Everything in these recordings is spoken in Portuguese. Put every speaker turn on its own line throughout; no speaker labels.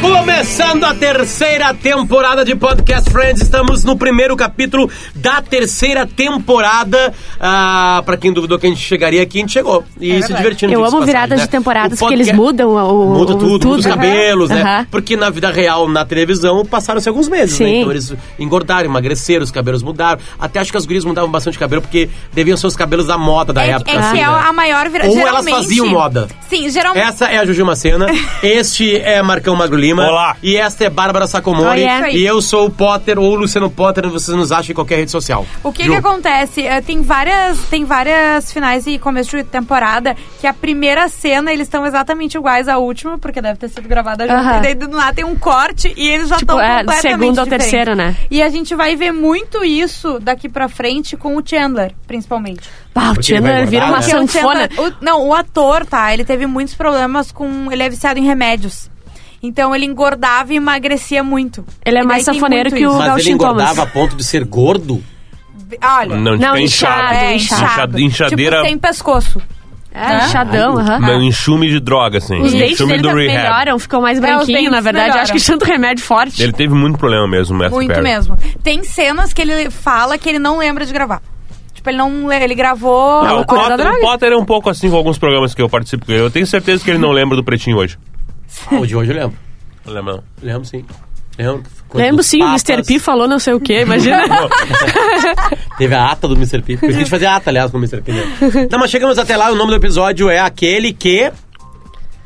Começando a terceira temporada de Podcast Friends, estamos no primeiro capítulo da terceira temporada. Ah, pra quem duvidou que a gente chegaria aqui, a gente chegou. E se divertindo.
É
diga-se de
Eu amo
passagem,
viradas
né?
de temporadas
O
que eles
podcast-
mudam o, o-
Muda
o-
tudo, muda os
Aham.
cabelos, né?
Aham.
Porque na vida real, na televisão, passaram-se alguns meses, né?
Sim.
Então eles engordaram, emagreceram, os cabelos mudaram. Até acho que as gurias mudavam bastante cabelo porque deviam ser os cabelos da moda da
É,
época.
é
assim,
que é
né?
a maior vira...
Ou
geralmente-
elas faziam moda.
Sim, geralmente.
Essa é a Juju Macena, este é Marcão Magro Lima.
Olá.
E esta é Bárbara Sacomori.
Olha. Isso
aí.
E eu sou o Potter ou o Luciano Potter, vocês nos acham em qualquer rede social.
O que,
Ju.
que acontece? Eh, Tem várias, tem várias finais e começo de temporada que a primeira cena eles estão exatamente iguais à última, porque deve ter sido gravada junto.
Aham.
E daí do nada tem um corte e eles já
Tipo,
estão
é,
completamente
segunda ou
diferentes.
terceira, né?
E a gente vai ver muito isso daqui pra frente com o Chandler, principalmente.
Bah, o
Porque ele vai
Chandler vira uma
engordar,
Porque o
sanfona.
Chandler- o- não, o ator, tá? Ele teve muitos problemas com. Ele é viciado em remédios. Então ele engordava e emagrecia muito.
Ele é
E daí
mais
tem
sanfoneiro
muito
que o-
isso.
Mas ele
Gauchinho
engordava
Thomas.
a ponto de ser gordo?
Olha.
Não,
Não,
fica inchado.
inchado.
É, inchado.
Inchado- inchadeira-
Tipo, sem pescoço.
É, inchadão, aham.
Não, enxume de droga, assim.
Os dentes
enxume
dele
do
tá-
rehab.
melhoram, ficam mais
É, os
branquinhos,
dentes
na verdade.
melhoram.
Acho que tanto remédio forte.
Ele teve muito problema mesmo, o Matthew
Muito
Perry.
mesmo. Tem cenas que ele fala que ele não lembra de gravar. Tipo, ele não. le- Ele gravou.
Ah, o,
Hora da
Potter,
Droga.
o Potter é um pouco assim com alguns programas que eu participo. Eu tenho certeza que ele não lembra do Pretinho hoje.
Ah, o de hoje eu lembro.
Não lembra, não.
Lembro sim. Lembro. Quando
Lembro
os
sim,
papas-
o Mr. P falou não sei o quê, imagina.
Teve a ata do Mr. P. Eu esqueci de fazer a ata, aliás, com o Mr. P. né? Não, mas chegamos até lá. O nome do episódio é aquele que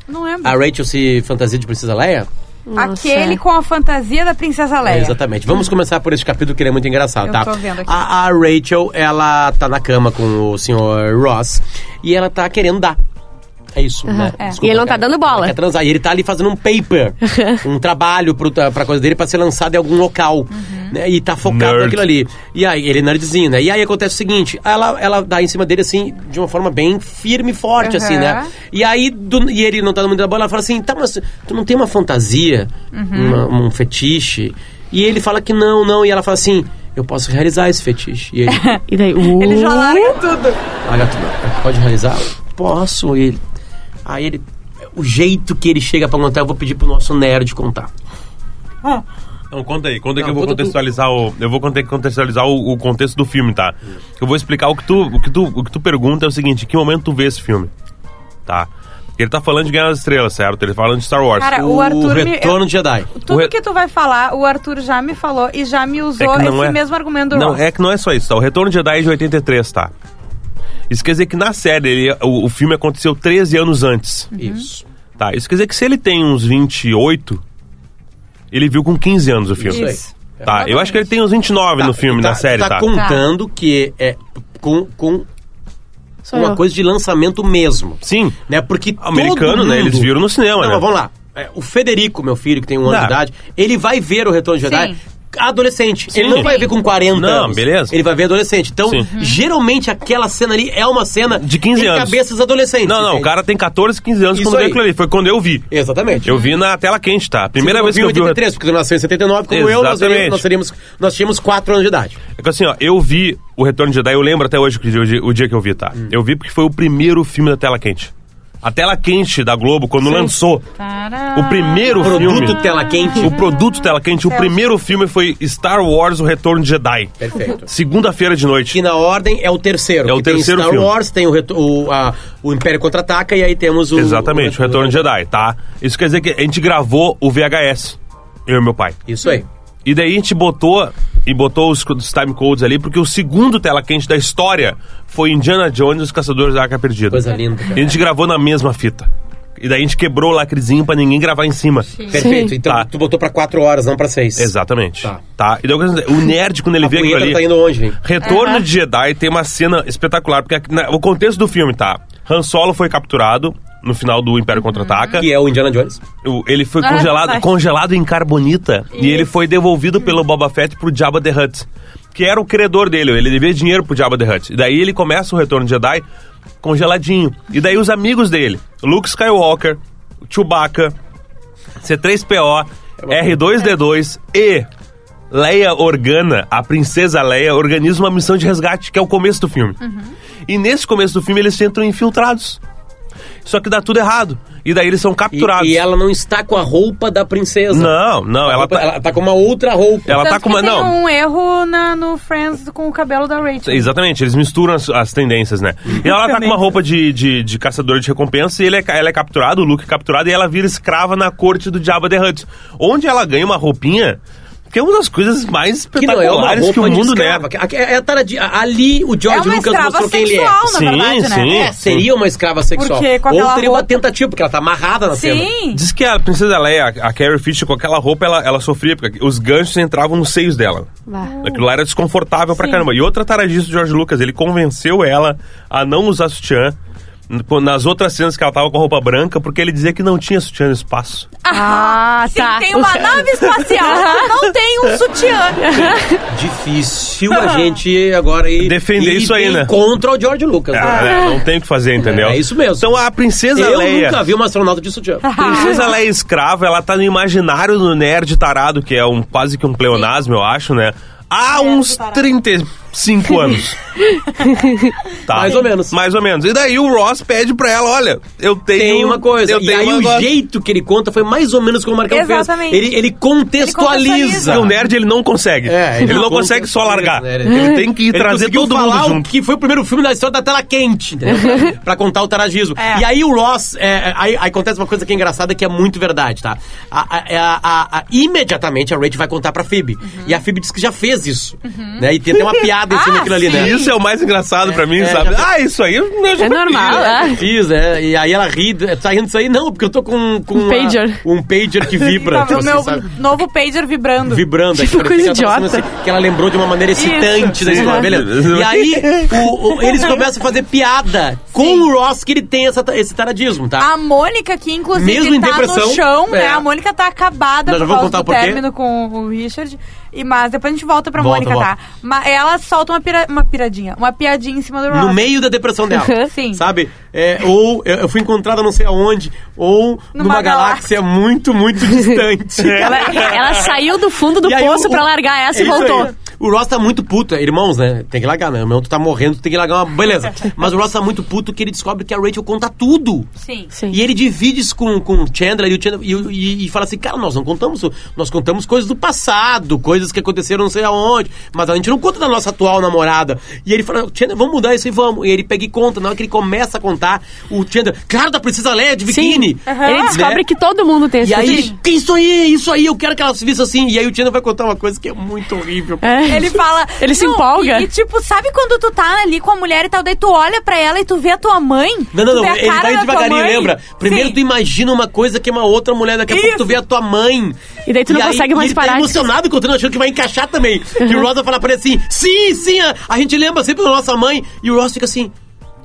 Não lembro.
Ah,
a Rachel se fantasia de Princesa Leia.
Nossa,
Aquele
é.
com a fantasia da Princesa
É,
Leia.
exatamente. Vamos começar por esse capítulo que ele é muito engraçado,
Hum. Eu
tá?
tô vendo aqui.
A, a Rachel, ela tá na cama com o senhor Ross e ela tá querendo dar. É isso, né?
É.
Desculpa,
E ele não
cara.
tá dando bola.
Ela quer transar. E ele tá ali fazendo um paper, um trabalho pro, pra coisa dele pra ser lançado em algum local. né? E tá focado
Nerd.
naquilo ali. E aí, ele é nerdzinho, né? E aí acontece o seguinte: ela, ela dá em cima dele assim, de uma forma bem firme e forte,
Uhum.
assim, né? E aí, do- e ele não tá muito da bola, ela fala assim, tá, mas tu não tem uma fantasia, uma- um fetiche? E ele fala que não, não, e ela fala assim, eu posso realizar esse fetiche. E ele,
E daí, uh,
Ele já larga tudo.
ah, gato, não, pode realizar? Posso. E ele, aí ele, o jeito que ele chega pra contar, eu vou pedir pro nosso nerd contar.
Não, Então, conta aí, conta aí
Não,
que eu vou
conta tu.
contextualizar o. Eu vou conte- contextualizar o, o contexto do filme, tá? Eu vou explicar o que tu, o que tu, o que tu pergunta é o seguinte, em que momento tu vê esse filme? Tá? Ele tá falando de Guerra das Estrelas, certo? Ele tá falando de Star Wars.
Cara, o Arthur me-
retorno de Jedi.
Tudo
O re-
que tu vai falar, o Arthur já me falou e já me usou
que
esse mesmo argumento do
Não,
Ross.
é que não é só isso, tá? O Retorno de Jedi é de 83, tá? Isso quer dizer que na série ele- o, o filme aconteceu 13 anos antes,
Uhum. Isso.
tá? Isso quer dizer que se ele tem uns 28, ele viu com 15 anos o filme.
Isso.
Tá, eu acho que ele tem uns 29 no filme,
tá,
na série,
tá?
tá?
contando que é com, com
uh, sou
uma
eu.
coisa de lançamento mesmo.
Sim.
né? Porque
Americano,
todo
né? Eles
mundo-
viram no cinema,
Não,
né?
mas vamos lá. É, O Federico, meu filho, que tem um ano
Tá.
de idade, ele vai ver o Retorno de Jedi
Sim.
adolescente. Ele
Sim.
não vai ver com 40
Não,
anos.
beleza.
Ele vai ver adolescente. Então,
Sim.
geralmente, aquela cena ali é uma cena...
De 15
em
anos.
cabeças adolescentes.
Não, não, o
entende?
cara tem 14, 15 anos
Isso
quando
aí.
veio aquilo ali. Foi quando eu vi.
Exatamente.
Eu vi na tela quente, tá? Primeira
Você
vez que eu
viu em
vi. o
83, porque tu nasceu em 79, como eu, nós,
Exatamente.
veríamos- nós, teríamos, nós tínhamos 4 anos de idade.
É que assim, ó, eu vi o Retorno de Jedi, eu lembro até hoje que- o dia, o dia que eu vi, tá?
Hum.
Eu vi porque foi o primeiro filme da tela quente. A tela quente da Globo, quando lançou o primeiro
Ah. Produto
filme.
tela quente.
O produto tela quente, o primeiro filme foi Star Wars O Retorno de Jedi.
Perfeito.
Segunda-feira de
Que
noite.
na ordem é o terceiro.
É o
que
terceiro
tem Star
filme.
Wars, tem o, reto- o, a- o Império Contra-Ataca e aí temos o...
Exatamente, o Retorno de Jedi, tá? Isso quer dizer que a gente gravou o VHS, eu e meu pai.
Isso aí.
E daí a gente botou e botou os, os time codes ali, porque o segundo tela quente da história foi Indiana Jones e os Caçadores da Arca Perdida.
Coisa linda, cara.
E a gente gravou na mesma fita. E daí a gente quebrou o lacrezinho pra ninguém gravar em cima.
Perfeito. Então
Tá.
tu botou pra 4 horas, não pra 6.
Exatamente.
Tá.
Tá. E daí o que acontece? o nerd, quando ele
A
vê aquilo
punheta
ali.
tá indo onde, hein?
Retorno de Jedi tem uma cena espetacular, porque aqui na- o contexto do filme tá. Han Solo foi capturado no final do Império Contra-Ataca.
Que é o Indiana Jones.
O- Ele foi
Ah,
congelado,
vai.
congelado em carbonita e ele foi devolvido pelo Boba Fett pro Jabba the Hutt, que era o credor dele, ele devia dinheiro pro Jabba the Hutt. E daí ele começa o retorno de Jedi congeladinho. E daí os amigos dele, Luke Skywalker, Chewbacca, C3PO, R2D2 e Leia Organa, a princesa Leia, organiza uma
Uhum.
missão de resgate, que é o começo do filme. E nesse começo do filme eles entram infiltrados. Só que dá tudo errado. E daí eles são
E,
capturados.
e ela não está com a roupa da princesa.
Não, não,
A
ela
roupa-
tá.
ela com uma outra roupa.
Ela tá
Tanto
com
que
uma.
Tem
Não.
um erro na- no Friends com o cabelo da Rachel.
Exatamente, eles misturam as, as tendências, né? E ela tá com uma roupa de, de, de caçador de recompensa e ele é, ca- ela é capturada, o Luke é capturado, e ela vira escrava na corte do Jabba the Hutt. Onde ela ganha uma roupinha, que é uma das coisas mais
Que não, é uma
espetaculares tá que,
roupa
o
de
mundo né?
escrava.
leva.
Que- É, é a tara de- ali o
É
George
uma
Lucas
escrava
mostrou quem ele é.
sexual, na
Sim,
verdade,
sim.
né?
É, seria uma escrava sexual.
Porque com
Ou
aquela
seria uma
roupa-
tentativa, porque ela tá amarrada na cena.
Sim.
Diz que a princesa Leia, a Carrie Fisher, com aquela roupa, ela, ela sofria, porque os ganchos entravam nos seios dela.
Bah.
Aquilo lá era desconfortável pra
Sim.
caramba. E outra taradista do George Lucas, ele convenceu ela a não usar sutiã n- nas outras cenas que ela tava com a roupa branca, porque ele dizia que não tinha sutiã no espaço.
Ah,
Sim,
tá.
tem uma nave espacial, não tem um sutiã.
Difícil a gente agora ir
Defender
ir
isso aí, né?
contra o George Lucas.
Ah,
né?
é, não tem o que fazer, entendeu?
É isso mesmo.
Então a princesa
Eu
Leia.
nunca vi um uma astronauta de sutiã.
Tá.
A princesa Leia escrava, ela tá no imaginário do nerd tarado, que é um quase que um pleonasmo, eu acho, né? Há uns
tarado.
35 anos. Tá.
Mais ou menos.
Mais ou menos. E daí o Ross pede pra ela, olha, eu tenho...
Tem uma coisa.
Eu
e
tenho
aí
um
o
negócio.
jeito que ele conta foi mais ou menos como o Marcão
Exatamente.
fez. Ele, ele contextualiza.
contextualiza.
E o nerd, ele não consegue.
É,
ele,
ele
não
não
consegue só
consegue,
largar.
né?
Ele um tem que
Ele
trazer
conseguiu
todo
falar
mundo
o
junto.
que foi o primeiro filme da história da tela quente, entendeu? pra contar o taragismo.
É.
E aí o Ross, é, aí, aí acontece uma coisa que é engraçada, que é muito verdade, tá? A- a- a- a- a- imediatamente a Rachel vai contar pra Phoebe. E a Phoebe diz que já fez isso, né? E tem até uma piada em cima
Uhum. Ah,
daquilo ali, né?
Isso é o mais engraçado pra mim,
é,
sabe?
já-
Ah, isso aí... eu já
É normal,
Ah,
né?
Fiz, é. E aí ela ri, tá rindo disso aí? Não, porque eu tô com... com
Um
uma-
pager.
um pager que vibra, tipo
o
assim,
Então, meu
sabe?
novo pager vibrando.
vibrando.
Que
a gente
Tipo coisa
parecia que ela tava
idiota.
sendo assim, que ela lembrou de uma maneira excitante da
Sim.
história, beleza. E aí, o- o- eles começam a fazer piada com o Ross, que ele tem essa- esse taradismo, tá?
A Mônica, que inclusive
Mesmo em
tá
depressão,
no chão,
é.
né? A Mônica tá acabada
Nós já
por
vamos
causa
contar
do
por quê.
término com o Richard. E, mas depois a gente volta pra
Volta,
Mônica,
volta.
tá? Mas ela solta uma, pira- uma piradinha, uma piadinha em cima do
Ah.
Ross.
no meio da depressão dela.
Sim.
Sabe? É, ou eu eu fui encontrada não sei aonde, ou numa,
Numa
galáxia, muito, muito distante.
Ela, ela saiu do fundo do
E aí,
poço
o-
pra largar essa
é
e
isso
voltou.
aí. O Ross tá muito puto, irmãos, né? Tem que largar, né? Irmão, tu tá morrendo, tu tem que largar uma. Beleza. Mas o Ross tá muito puto que ele descobre que a Rachel conta tudo.
Sim.
Sim.
E ele divide isso com, com o Chandler, e, o Chandler e, o- e- e fala assim, cara, nós não contamos, o- nós contamos coisas do passado, coisas que aconteceram não sei aonde, mas a gente não conta da nossa atual namorada. E ele fala, Chandler, vamos mudar isso e vamos. E ele pega e conta, na hora que ele começa a contar, o Chandler, claro, tá da Princesa Leia é de biquíni.
Ele descobre
Né?
que é todo mundo tem esse
E aí,
fetiche.
ele, que isso aí, isso aí, eu quero que ela se vista assim. E aí o Chandler vai contar uma coisa que é muito horrível.
É.
Ele fala.
Ele se
"Não",
empolga.
E, e, tipo, sabe quando tu tá ali com a mulher e tal, daí tu olha pra ela e tu vê a tua mãe?
Não, não,
Tu
não,
vê a
ele
cara
vai
da tua
devagarinho,
mãe?
lembra? Primeiro
Sim.
tu imagina uma coisa que é uma outra mulher, daqui a pouco tu
Isso.
vê a tua mãe.
E daí tu não consegue mais
ele
parar
Tá
de-
emocionado contando, achando que vai encaixar também.
Uhum.
E o Ross vai falar pra ele assim: sim, sim, a, a gente lembra sempre da nossa mãe. E o Ross fica assim: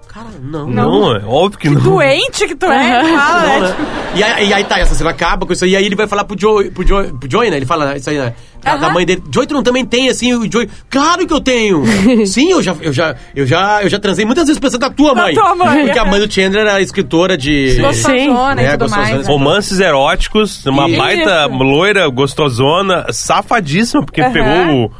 cara, não.
Não, é óbvio que não.
Doente que tu é,
Aham.
fala, né?
Não, né? E aí, e aí tá, essa cena acaba com isso aí, e aí ele vai falar pro Joey, pro Joey, pro Joey né? Ele fala isso aí, né? Da, da
Aham.
mãe dele. Joey, tu não também tem, assim, o Joey... Claro que eu tenho! Sim, eu já, eu já, eu já, eu já transei muitas vezes pensando da tua
Da
mãe.
tua mãe.
Porque a mãe do Chandler era escritora de...
Gostosona,
Sim.
Gostosona e tudo
Né,
mais.
gostosona.
né?
Romances eróticos, uma
Isso.
baita loira gostosona, safadíssima, porque
Aham.
pegou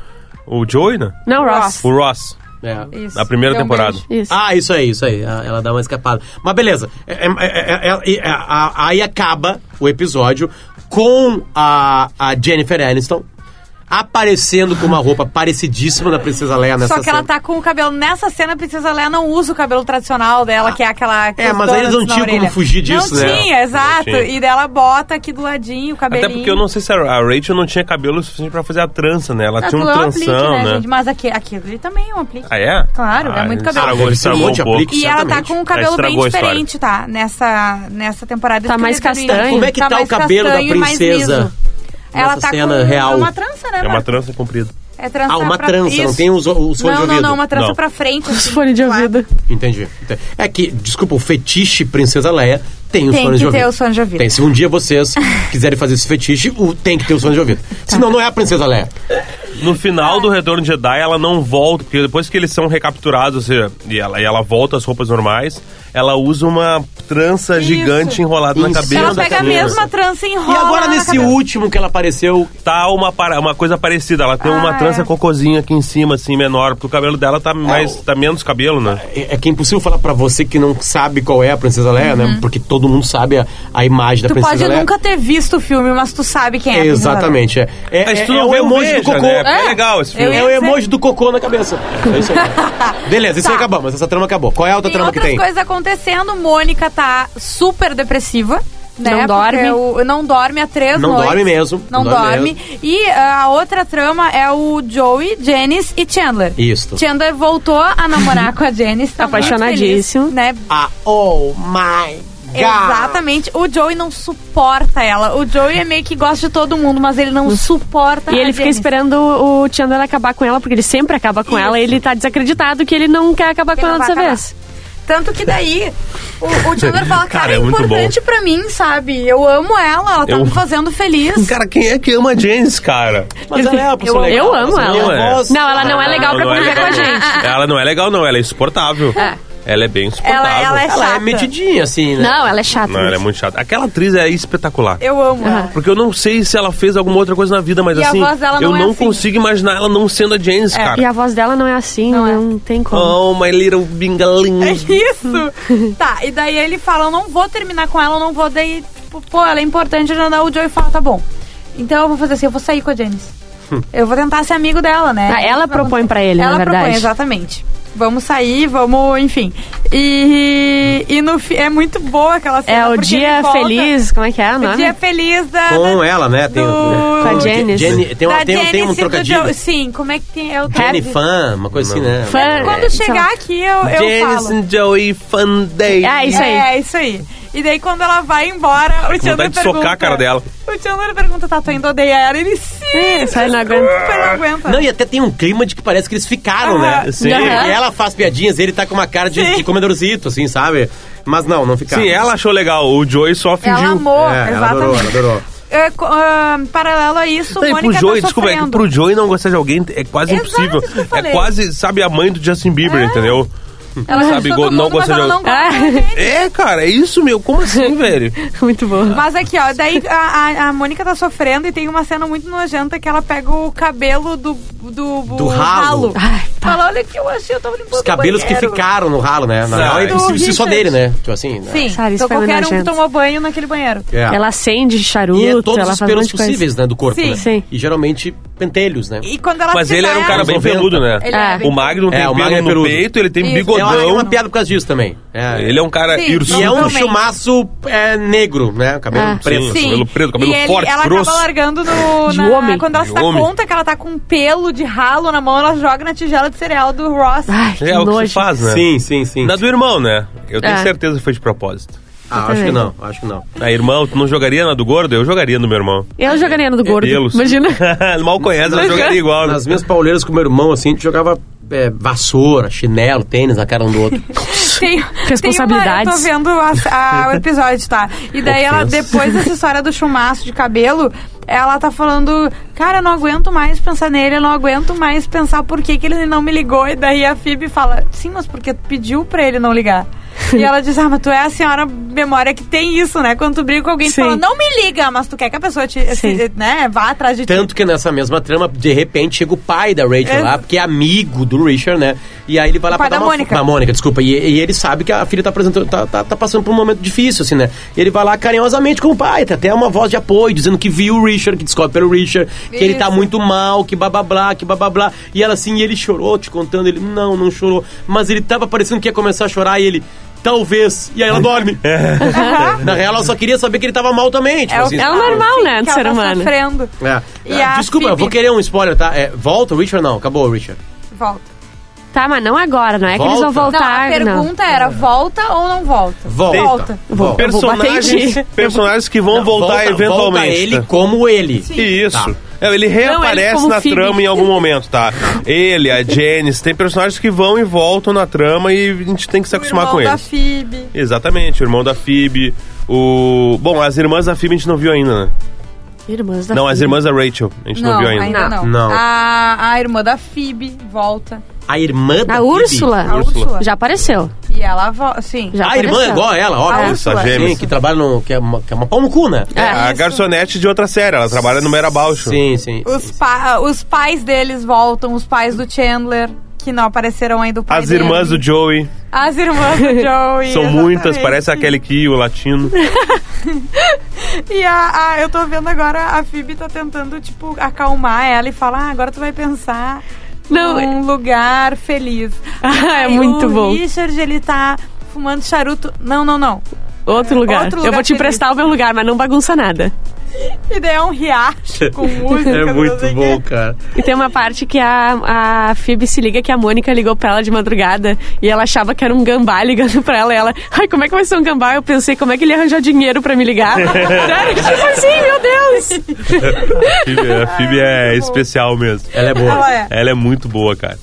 o, o Joey, né?
Não, Ross.
Ross.
O Ross,
É.
Isso.
na primeira
Deu um
temporada.
beijo.
Isso.
Ah, isso aí, isso aí. Ah, Ela dá uma escapada. Mas beleza. É, é, é, é, é, é, a- aí acaba o episódio com a, a Jennifer Aniston aparecendo com uma roupa parecidíssima da Princesa Leia nessa
Só que ela
cena.
tá com o cabelo. Nessa cena, a Princesa Leia não usa o cabelo tradicional dela, que é aquela. que
É,
os
mas aí eles não
donuts na
tinham como
orelha.
fugir disso,
não
né?
Tinha, exato.
tinha.
E dela bota aqui do ladinho o cabelinho.
Até porque eu não sei se a a Rachel não tinha cabelo suficiente pra fazer a trança, né? Ela
Ah,
tinha um
aquilo é um aplique,
tranção,
né,
né?
gente? Mas aqui, aquilo ali também é um aplique.
Ah, é?
Claro, é
Ah,
muito cabelo.
Estragou,
Ah, deve
estragou um
ser um
pouco.
monte de
E ela tá
certamente.
com um cabelo bem
Estragou a história.
diferente, tá? Nessa, nessa temporada.
Tá
Isso
mais
que eu queria
castanho.
dizer.
Como é que tá
mais
o cabelo da
castanho e mais
princesa
liso. Ela
nessa
tá
cena
com
real?
É uma trança, né?
É uma
Mar-
trança comprida.
É trança
Ah, uma
pra-
trança, não
Isso.
tem os, os fones de
Não,
ouvido.
não, não, uma trança
Não.
pra frente.
Os
assim,
fones de
do lado.
ouvido.
Entendi. Ente- É que, desculpa, o fetiche Princesa Leia tem os
Tem
fones de
que
ouvido.
ter os fones de ouvido.
Tem. Se um dia vocês quiserem fazer esse fetiche, o- tem que ter os fones de ouvido.
Tá.
Senão não é a Princesa Leia.
No final do Retorno de Jedi, ela não volta, porque depois que eles são recapturados, ou seja, e ela, e ela volta às roupas normais, ela usa uma trança
Isso.
gigante enrolada na
Isso.
cabeça.
Ela
da
pega a
cabeça.
mesma trança e enrola.
E agora
na
nesse
cabeça.
último que ela apareceu,
Tá uma, para- uma coisa parecida, ela tem uma
Ah,
trança
é.
cocôzinha aqui em cima, assim, menor, porque o cabelo dela tá mais.
É o-
tá menos cabelo, né?
é, é que é impossível falar pra você que não sabe qual é a Princesa Leia, né? Porque todo mundo sabe a, a imagem da
Uhum. Tu
Princesa
pode
Leia.
nunca ter visto o filme, mas tu sabe quem é. a Priscila
Exatamente, é. É,
Mas
é-
tu
é
não
o
vê o
emoji do
Veja,
cocô.
né?
É.
É legal esse
Eu
filme.
ia
o
dizer-
emoji do cocô na cabeça. É isso aí. Beleza, isso aí
Tá.
acabamos. Essa trama acabou. Qual é a outra
tem
trama que
outras
tem?
coisas acontecendo. Mônica tá super depressiva. Né?
Não
Porque
dorme.
o- não dorme há três
Não
noites.
dorme mesmo,
Não,
não dorme
dorme. E ah, a outra trama é o Joey, Janice e Chandler.
Isto.
Chandler voltou a namorar com a Janice. Tá muito
Apaixonadíssimo.
feliz, né?
Ah, oh my god.
Exatamente. O Joey não suporta ela. O Joey é meio que gosta de todo mundo, mas ele não suporta
E
a
ele fica
Janice.
esperando o Chandler acabar com ela, porque ele sempre acaba com ela e ele tá desacreditado que ele não quer acabar
Ele
com
não
ela
vai
dessa
acabar.
vez.
Tanto que daí o, o Chandler fala, cara,
Cara,
é
é muito
importante pra mim, sabe? Eu amo ela, ela tá
Eu-
me fazendo feliz.
Cara, quem é que ama a Janice, cara?
Mas ela é uma pessoa legal.
Eu- eu amo
Essa
ela.
minha voz-
Não, ela não é legal
Ela
pra
não é
conviver com a
legal, não.
gente.
Ela não é legal, não, ela é insuportável.
É.
Ela é bem insuportável.
Ela- ela é
Ela é
chata.
metidinha, assim, né?
Não, ela é chata.
Não, ela é muito chata. Aquela atriz é espetacular.
Eu amo ela.
Porque eu não sei se ela fez alguma outra coisa na vida, mas
E a
assim,
voz dela
eu
não é
não
assim.
consigo imaginar ela não sendo a Janice,
E
cara.
a voz dela não é assim, não,
Não é.
tem como.
Oh, my little bingaling.
É isso! tá, e daí ele fala, eu não vou terminar com ela, eu não vou, daí, tipo, pô, ela é importante, não, não, o Joey fala, tá bom. Então eu vou fazer assim, eu vou sair com a Janice. Eu vou tentar ser amigo dela, né?
Ah, ela propõe pra ele,
ela
na verdade.
propõe, exatamente. Vamos sair, vamos, enfim. E, e no fi- é muito boa aquela cena.
É o
porque
dia
ele volta-
feliz, como é que é o
O
nome?
dia feliz da.
Com ela, né? Tem,
Do-
Com
a Janice.
tem, uma-
da
tem, um- tem um
Janice e do
trocadilho.
Joe- Sim, como é que tem? É o
Jenny
Happy.
Fan, uma coisa assim, né?
Fan.
Quando
É, sei
chegar
lá.
aqui, eu, eu
Janice
falo.
and Joey Fun Day.
É isso aí.
É, isso aí. E daí quando ela vai embora, o Chandler
vontade de
pergunta...
socar a cara dela.
O Chandler pergunta, tá, tu ainda odeia ela? Ele, sim,
É, sai, não aguenta.
desculpa, não aguenta.
Não, e até tem um clima de que parece que eles ficaram, né?
Aham.
Sim.
E ela faz piadinhas, ele tá com uma cara de,
Sim.
de comedorzito, assim, sabe? Mas não, não ficaram.
Sim, ela achou legal. O Joey só fingiu.
Ela amou,
É, ela adorou, ela
exatamente.
adorou.
É, co- ah, paralelo a isso,
Não, e pro
Mônica
Joey,
tá
desculpa, é que
sofrendo.
pro Joey não gostar de alguém é quase
Exato,
impossível.
isso que eu
É
falei. É.
quase, sabe, a mãe do Justin Bieber, entendeu?
Ela gosta
sabe,
de todo
go- não
mundo,
gosta
mas ela
de-
não gosta
Ah.
de ninguém.
É, cara, é isso, meu. Como assim, velho?
Muito bom.
Mas aqui, ó, daí a, a, a Mônica tá sofrendo e tem uma cena muito nojenta que ela pega o cabelo do. Do,
Do ralo.
Ai, tá. pá.
Fala, olha o que eu achei, eu tava limpando
Os
o
cabelos que
banheiro.
ficaram no ralo, né? Na
Sabe.
real, é impossível ser só
Richard.
dele, né? Tipo assim, né?
Sim,
Cara, isso
então
foi
qualquer um que
nojento.
tomou banho naquele banheiro.
É.
Ela acende charuto,
E é todos
ela
os
faz um
pelos
monte de coisa.
possíveis, né? Do corpo,
Sim.
né?
Sim.
E geralmente pentelhos, né?
E quando ela
Mas ele era um cara
Anos
bem
90.
peludo, né?
é. Ele era
É.
bem-
O Magno tem
É, o
pelo
Magno é
no
peludo.
peito, ele tem
Isso.
Eu acho que é uma
bigodão.
piada por causa disso também. É.
Ele é um cara
Sim.
hirsuto.
E é um
Totalmente.
chumaço é, negro, né? Cabelo
Ah.
preto.
Sim. cabelo preto, cabelo
e ele-
forte,
ela
grosso.
acaba largando no.
De
na-
homem.
Quando ela
De
se dá
homem.
conta que ela tá com um pelo de ralo na mão, ela joga na tigela de cereal do Ross.
Ai, que
É o que
nojo.
se faz, né?
Sim, sim, sim.
Na do irmão, né? Eu tenho
É.
certeza que foi de propósito.
Ah, acho que não, acho que não.
Ah, irmão, tu não jogaria na do gordo? Eu jogaria no meu irmão.
Eu jogaria no do gordo.
Pelos.
Imagina.
Mal conhece, ela jogaria igual. né?
Nas minhas pauleiras com meu irmão, assim, a gente jogava é, vassoura, chinelo, tênis na cara um do outro.
Tem,
Responsabilidades.
Tem uma, eu tô vendo a- a- o episódio, tá? E daí ela,
Ofensa.
depois dessa história do chumaço de cabelo, ela tá falando, cara, eu não aguento mais pensar nele, eu não aguento mais pensar por que, que ele não me ligou. E daí a Phoebe fala, sim, mas porque tu pediu pra ele não ligar. E ela diz, ah, mas tu é a senhora memória que tem isso, né? Quando tu briga com alguém, tu
Sim.
fala, não me liga, mas tu quer que a pessoa te,
Sim.
se- né, vá atrás de ti.
Tanto que nessa mesma trama, de repente, chega o pai da Rachel
É.
lá, porque é amigo do Richard, né? E aí ele vai lá
O pai
pra dar
da
uma...
Mônica.
Da Mônica, desculpa. E, e ele sabe que a filha tá, apresentando, tá, tá- tá passando por um momento difícil, assim, né? E ele vai lá carinhosamente com o pai, tem até uma voz de apoio, dizendo que viu o Richard, que descobre pelo Richard, que ele tá
Isso.
muito mal, que blá blá blá, que blá blá blá. E ela assim, e ele chorou, te contando, ele, não, não chorou. Mas ele tava parecendo que ia começar a chorar e ele... Talvez. E aí ela dorme.
É.
Na real, ela só queria saber que ele tava mal também. né? Tipo
o-
assim,
É o normal, né, do
que ela
ser
tá
humano.
sofrendo.
é.
E a
Desculpa,
Phoebe-
eu vou querer um spoiler, tá? É, volta o Richard não? Acabou o Richard.
Volta.
Tá, mas não agora, não é que eles vão
Volta.
voltar.
não, a
não.
pergunta era, volta ou não volta?
É. Volta.
Volta.
Volta.
Eu vou bater em
Personagens,
ti.
personagens que vão
Não,
voltar
volta- Volta
eventualmente.
ele
tá?
como ele.
Isso.
Tá.
É, ele reaparece
como
na
Phoebe.
trama em algum momento, tá? Ele, a Janice, tem personagens que vão e voltam na trama e a gente tem que se
O
acostumar
irmão
com
da
eles.
Phoebe.
Exatamente, o irmão da Phoebe, o... Bom, as irmãs da Phoebe a gente não viu ainda, né?
Irmãs da
não, as
Phoebe.
irmãs da Rachel a gente não, viu ainda.
não.
Não.
A, a irmã da Phoebe volta.
A irmã da
A
Phoebe-
Úrsula.
A
Úrsula.
Úrsula.
Já apareceu.
E ela volta. Sim.
Já
a irmã é
apareceu.
igual a ela,
A
óbvio.
Úrsula.
Sim, que trabalha no. que é uma, que é uma pau no cu, né?
É, a
isso.
garçonete de outra série, ela trabalha no Merabalcho.
Sim, sim.
Os, pa- os pais deles voltam, os pais do Chandler, que não apareceram ainda o pai
As irmãs
dele.
do Joey
As irmãs do Joey.
são muitas,
exatamente.
parece aquele que o latino.
E a, a- eu tô vendo agora, a Phoebe tá tentando, tipo, acalmar ela e falar, ah, agora tu vai pensar
Não,
num lugar feliz.
Ah, é
Aí
muito
o
bom.
Richard, ele tá fumando charuto. Não, não, não.
Outro lugar.
Outro
Eu
lugar
vou te
feliz.
emprestar o meu lugar, mas não bagunça nada.
E daí é um riacho com música.
É
não
muito
sei o
bom,
quê.
cara.
E tem uma parte que a, a Phoebe se liga que a Mônica ligou pra ela de madrugada e ela achava que era um gambá ligando pra ela. E ela, ai, como é que vai ser um gambá? Eu pensei, como é que ele arranjou dinheiro pra me ligar? Sério, tipo assim, meu Deus!
A Phoebe, a Phoebe é especial mesmo.
Ela é boa.
Ela é.
Ela é muito boa, cara.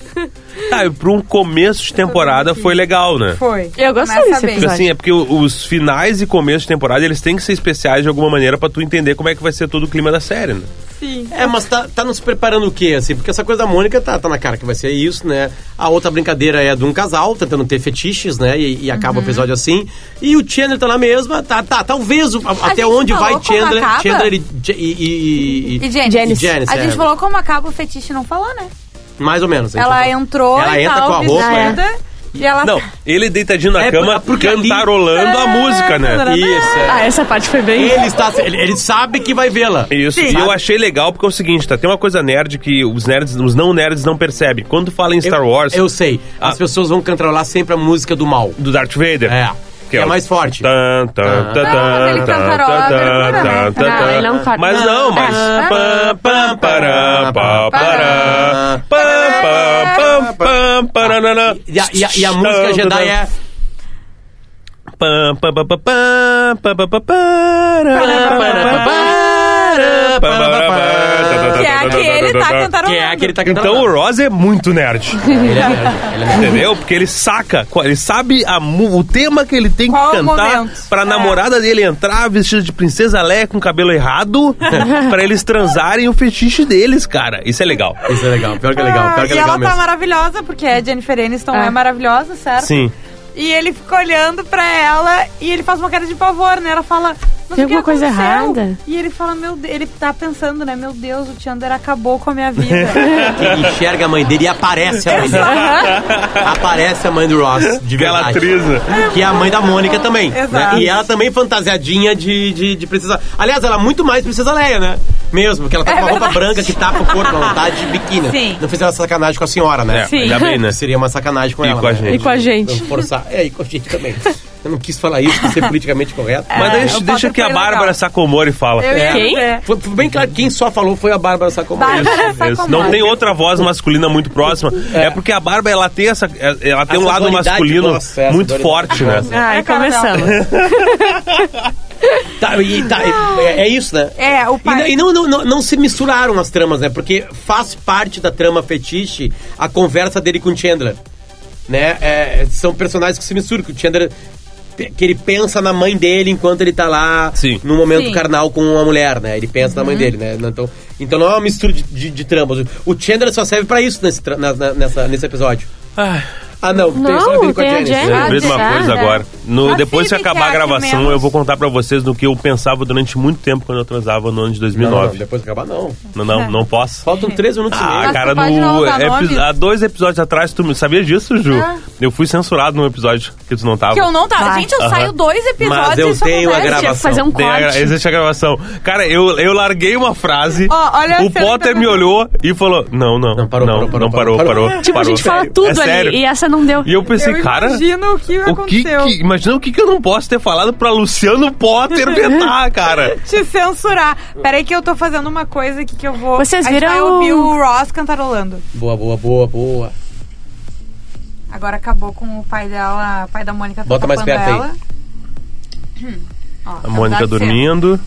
Tá, e pra um começo de temporada foi legal, né?
Foi.
Eu gostei desse
Começa bem.
Tipo
episódio.
assim, é porque o- os finais e começo de temporada, eles têm que ser especiais de alguma maneira pra tu entender como é que vai ser todo o clima da série, né?
Sim.
É, mas tá, tá nos preparando o quê, assim? Porque essa coisa da Mônica tá, tá na cara que vai ser isso, né? A outra brincadeira é de um casal tentando ter fetiches, né? E, e acaba
Uhum.
o episódio assim. E o Chandler tá na mesma, tá, tá, talvez o- a- até
gente
onde vai
falou como
Chandler,
acaba?
Chandler e, e, e, e-
E Janice.
Janice. Janice,
a gente
é.
falou como acaba o fetiche não falou, né?
mais ou menos. a gente
Ela
tá-
entrou
Ela
e
entra
tal,
com a roupa, né?
vestida, E ela
Não, ele deitadinho na
É,
cama,
porque ali-
cantarolando a música, né?
Isso, é.
Ah, essa parte foi bem.
Ele, está, ele, ele sabe que vai vê-la.
Isso, e eu achei legal porque é o seguinte, tá? Tem uma coisa nerd que os nerds, os não nerds não percebem. Quando fala em Star
Eu-
Wars,
Eu sei. As
Ah.
pessoas vão cantarolar sempre a música do mal.
do Darth Vader.
É. Ah. Que é
o-
mais forte.
Tan, tan, tan,
Não, mas ele
tan,
cantarola a
tan,
abertura, né?
tan, tan,
Não, ele não canta.
Mas não, mas.
Ah.
Pam, pam, pará, pá, pará. Pam, pam, pam, paraná.
E a, e a- e a música Jedi é.
Pam, pam, pam, pam, pam, pam, pam, pam, pará, pam, pam, pam,
Que
pam,
é aquele tá cantarolando.
Que é que ele tá cantando.
Então o Ross é muito nerd.
Ele é nerd, ele é nerd.
Entendeu? Porque ele saca, qual- ele sabe a mu- o tema que ele tem que
Qual o
cantar
momento?
pra
É.
namorada dele entrar vestida de princesa Leia com cabelo errado, pra eles transarem o fetiche deles, cara. Isso é legal.
Isso é legal. Pior que é legal. Pior que é
e
legal
ela tá
mesmo.
maravilhosa, porque a Jennifer Aniston
Ah.
é maravilhosa, certo?
Sim.
E ele fica olhando pra ela e ele faz uma cara de pavor, né? Ela fala. Mas
Tem
o que
alguma coisa
aconteceu?"
errada?
E ele fala, meu Deus, ele tá pensando, né? Meu Deus, o Chandler acabou com a minha vida.
Ele enxerga a mãe dele e aparece a mãe dele. aparece a mãe do Ross, de
Bela
verdade.
atriz. né?
Que é a mãe da Mônica também. né?
Exato.
E ela também fantasiadinha de, de, de princesa. Aliás, ela é muito mais princesa Leia, né? Mesmo, porque ela tá com uma roupa branca que tapa o corpo, ela tá de biquíni.
Sim.
Não fizeram sacanagem com a senhora, né?
É, ainda bem, né?
Seria uma sacanagem com
E
ela.
com a
né?
gente.
E com a gente.
Não forçar. É, e com a gente também. Eu não quis falar isso, quis ser politicamente correto.
Mas
É,
deixa,
o
deixa que a
Potter foi
Bárbara
legal.
Sacomori fala.
Eu ia
Quem?
dizer.
é. Foi, foi bem claro que quem só falou foi a Bárbara Sacomori.
Bárbara
Isso, isso.
Sacomori.
Não tem outra voz masculina muito próxima. É,
É.
porque a Bárbara ela tem essa, ela tem um
Essa
lado
dualidade,
masculino
nossa, essa
muito
dualidade.
forte, né?
Nossa.
Ai,
É, cara,
começamos.
Tá, e, tá, é, é isso, né?
É, o
E não-
pai.
E, não, não, não, não se misturaram as tramas, né? Porque faz parte da trama fetiche a conversa dele com o Chandler. Né? É, são personagens que se misturam, que o Chandler. pe- Que ele pensa na mãe dele enquanto ele tá lá
Sim.
no momento
Sim.
carnal com uma mulher, né? Ele pensa na
Uhum.
mãe dele, né? Então, então não é uma mistura de, de, de tramas. O Chandler só serve pra isso nesse, tra- na- na- nessa, nesse episódio.
Ai.
Ah, não, tem
Não,
só a ver com a
tem a
Janice.
Janice.
Eu
Ah,
lembrei de uma
já,
coisa
né?
agora. No-
A
depois de
Phoebe que
acabar a
acha
gravação,
menos.
eu vou contar pra vocês no que eu pensava durante muito tempo quando eu transava no ano de
Não, não, não,
2009.
depois acabar, não.
Não, não, não, posso.
Faltam três minutos e
Ah,
meio.
É. Mas
cara,
tu pode não
no,
usar
epi-
nomes?
há dois episódios atrás, tu me- sabia disso, Ju?
Ah.
Eu fui censurado num episódio que tu não tava.
Que eu não tava.
Vai.
Gente, eu
Aham.
saio dois episódios
Mas eu
e isso
tenho a
acontece.
gravação.
Tinha que
é
fazer um
Tem a-
corte.
existe a gravação. Cara, eu, eu larguei uma frase,
Ó, olha
o
essa
Potter
letra-
me olhou e falou: Não, não.
Não, parou,
não,
parou,
não,
parou,
parou,
parou.
parou,
Tipo, a
parou.
gente fala
É
tudo
sério.
ali e essa não deu.
E eu pensei,
Eu
cara.
imagino o que
O que,
aconteceu.
que- Imagina o que, que eu não posso ter falado pra Luciano Potter vetar, cara.
Te censurar. Peraí que eu tô fazendo uma coisa aqui que eu vou...
Vocês
A gente vai
viram o-
ouvir o Ross cantarolando.
Boa, boa, boa, boa.
Agora acabou com o pai dela, o pai da Mônica tá
Bota mais
tapando
perto aí.
ela. Ó,
A
tá
Mônica
dando certo.
dormindo.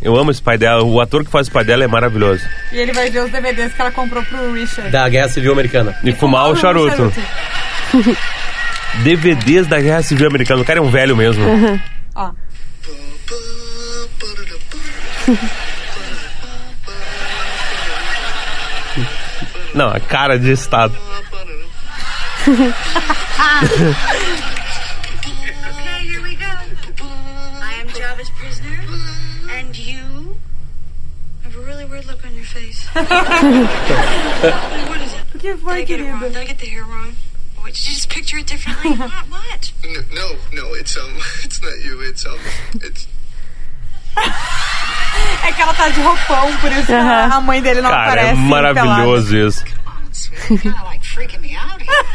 Eu amo esse pai dela. O ator que faz o pai dela é maravilhoso.
E ele vai ver os DVDs que ela comprou pro Richard.
Da Guerra Civil Americana.
E fumar o charuto. DVDs da Guerra Civil Americana. O cara é um velho mesmo.
Ó.
Não, a cara de estado.
prisoner, and you have a really weird look on your face. what is it?
O que
Did I
foi,
get it wrong? Did
querida?
I get the hair wrong? What, did you just picture it differently? what? What?
N- no, no, it's um, it's not you. It's um, it's
É que ela tá de roupão, por isso que
Aham.
a mãe dele não
Cara, é
aparece. então tá pelada.
maravilhoso isso.
Come on, sweetie. Kind of like freaking me out here.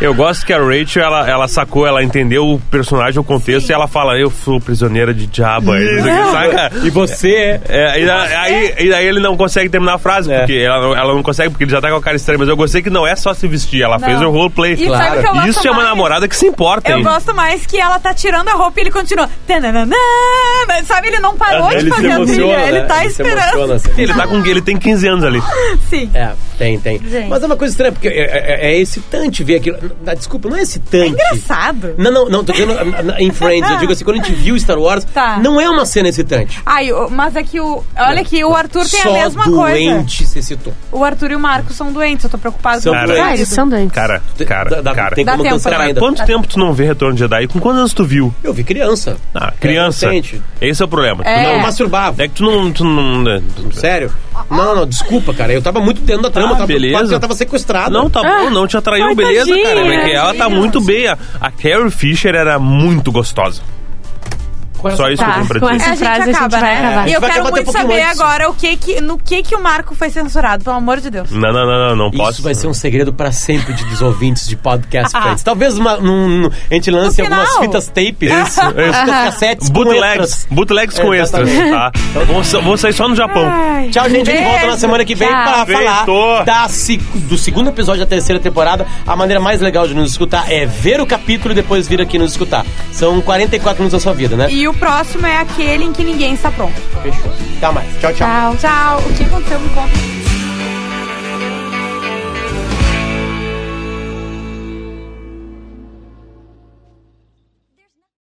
Eu gosto que a Rachel, ela, ela sacou, ela entendeu o personagem, o contexto, e ela fala, eu sou prisioneira de diabo. aí, não sei o que, saca?
E você
É, e, da- aí, e daí ele não consegue terminar a frase,
É.
porque ela, não- ela não consegue, porque ele já tá com a cara estranha. Mas eu gostei que não é só se vestir, ela
Não.
fez o roleplay.
E sabe o que eu gosto
Isso é uma
mais?
namorada que se importa,
Eu
hein?
gosto mais que ela tá tirando a roupa e ele continua. Tananana, mas sabe, ele não parou de fazer a trilha. Ele
né?
tá esperando.
Ele, tá com, ele tem 15 anos ali.
Sim.
assim. É, tem, tem. Mas é uma coisa estranha, porque é, é- é excitante ver aquilo. Ah, Desculpa, não é excitante.
Engraçado.
Não, não, não, tô dizendo ah, ah, em Friends, eu digo assim, quando a gente viu Star Wars,
Tá.
não é uma cena excitante.
Ai, o- mas é que o. Olha aqui, o Arthur tem é a
Só
mesma coisa.
doente se excitou.
O Arthur e o Marcos são doentes, eu tô preocupado
São
com o
doentes.
Ah, eles são doentes.
Cara,
Dá-
cara,
dá-
cara.
Tem
Dá
como
tempo,
dançar
né?
ainda.
Quanto tempo tu não vê Retorno de Jedi? Com quantos anos tu viu?
Eu vi criança.
Ah, criança.
Adolescente.
Esse é o problema.
É.
Tu
Não, eu
não-
masturbava.
É que tu não. Tu não
Sério? Não, não, desculpa, cara. Eu tava muito dentro da trama,
Ah,
eu tava
beleza.
preocupado que eu tava sequestrado.
Não, tá bom, não te atraiu,
Ai,
beleza,
tadinha,
cara. Como é que é? Ela tá muito bem. A, a Carrie Fisher era muito gostosa.
Qual é a
Só
sua-
isso que eu
Tá,
tenho pra
com
dizer.
essa
a gente
frase
acaba,
a gente vai
né?
acabar.
E
gente
eu
vai
quero
acabar até
muito
um pouquinho
saber
antes.
agora o que que, no que que o Marco foi censurado, pelo amor de Deus.
Não, não, não, não, não
Isso
posso.
vai ser um segredo pra sempre de dos ouvintes de podcast friends. Talvez uma- num- a gente lance
No final.
algumas fitas tapes,
Isso, isso.
fitas cassetes um com
Bootlegs,
extras.
bootlegs com
É,
extras, tá? Vou, sa- vou sair só no Japão.
Tchau, gente. A gente
Beijo.
volta na semana que vem
Tchau.
para falar
Feito.
da, se- do segundo episódio da terceira temporada. A maneira mais legal de nos escutar é ver o capítulo e depois vir aqui nos escutar. São 44 minutos da sua vida, né?
E o próximo é aquele em que ninguém está pronto.
Fechou. Até mais. Tchau, tchau.
Tchau. Tchau. O que aconteceu? Me conta.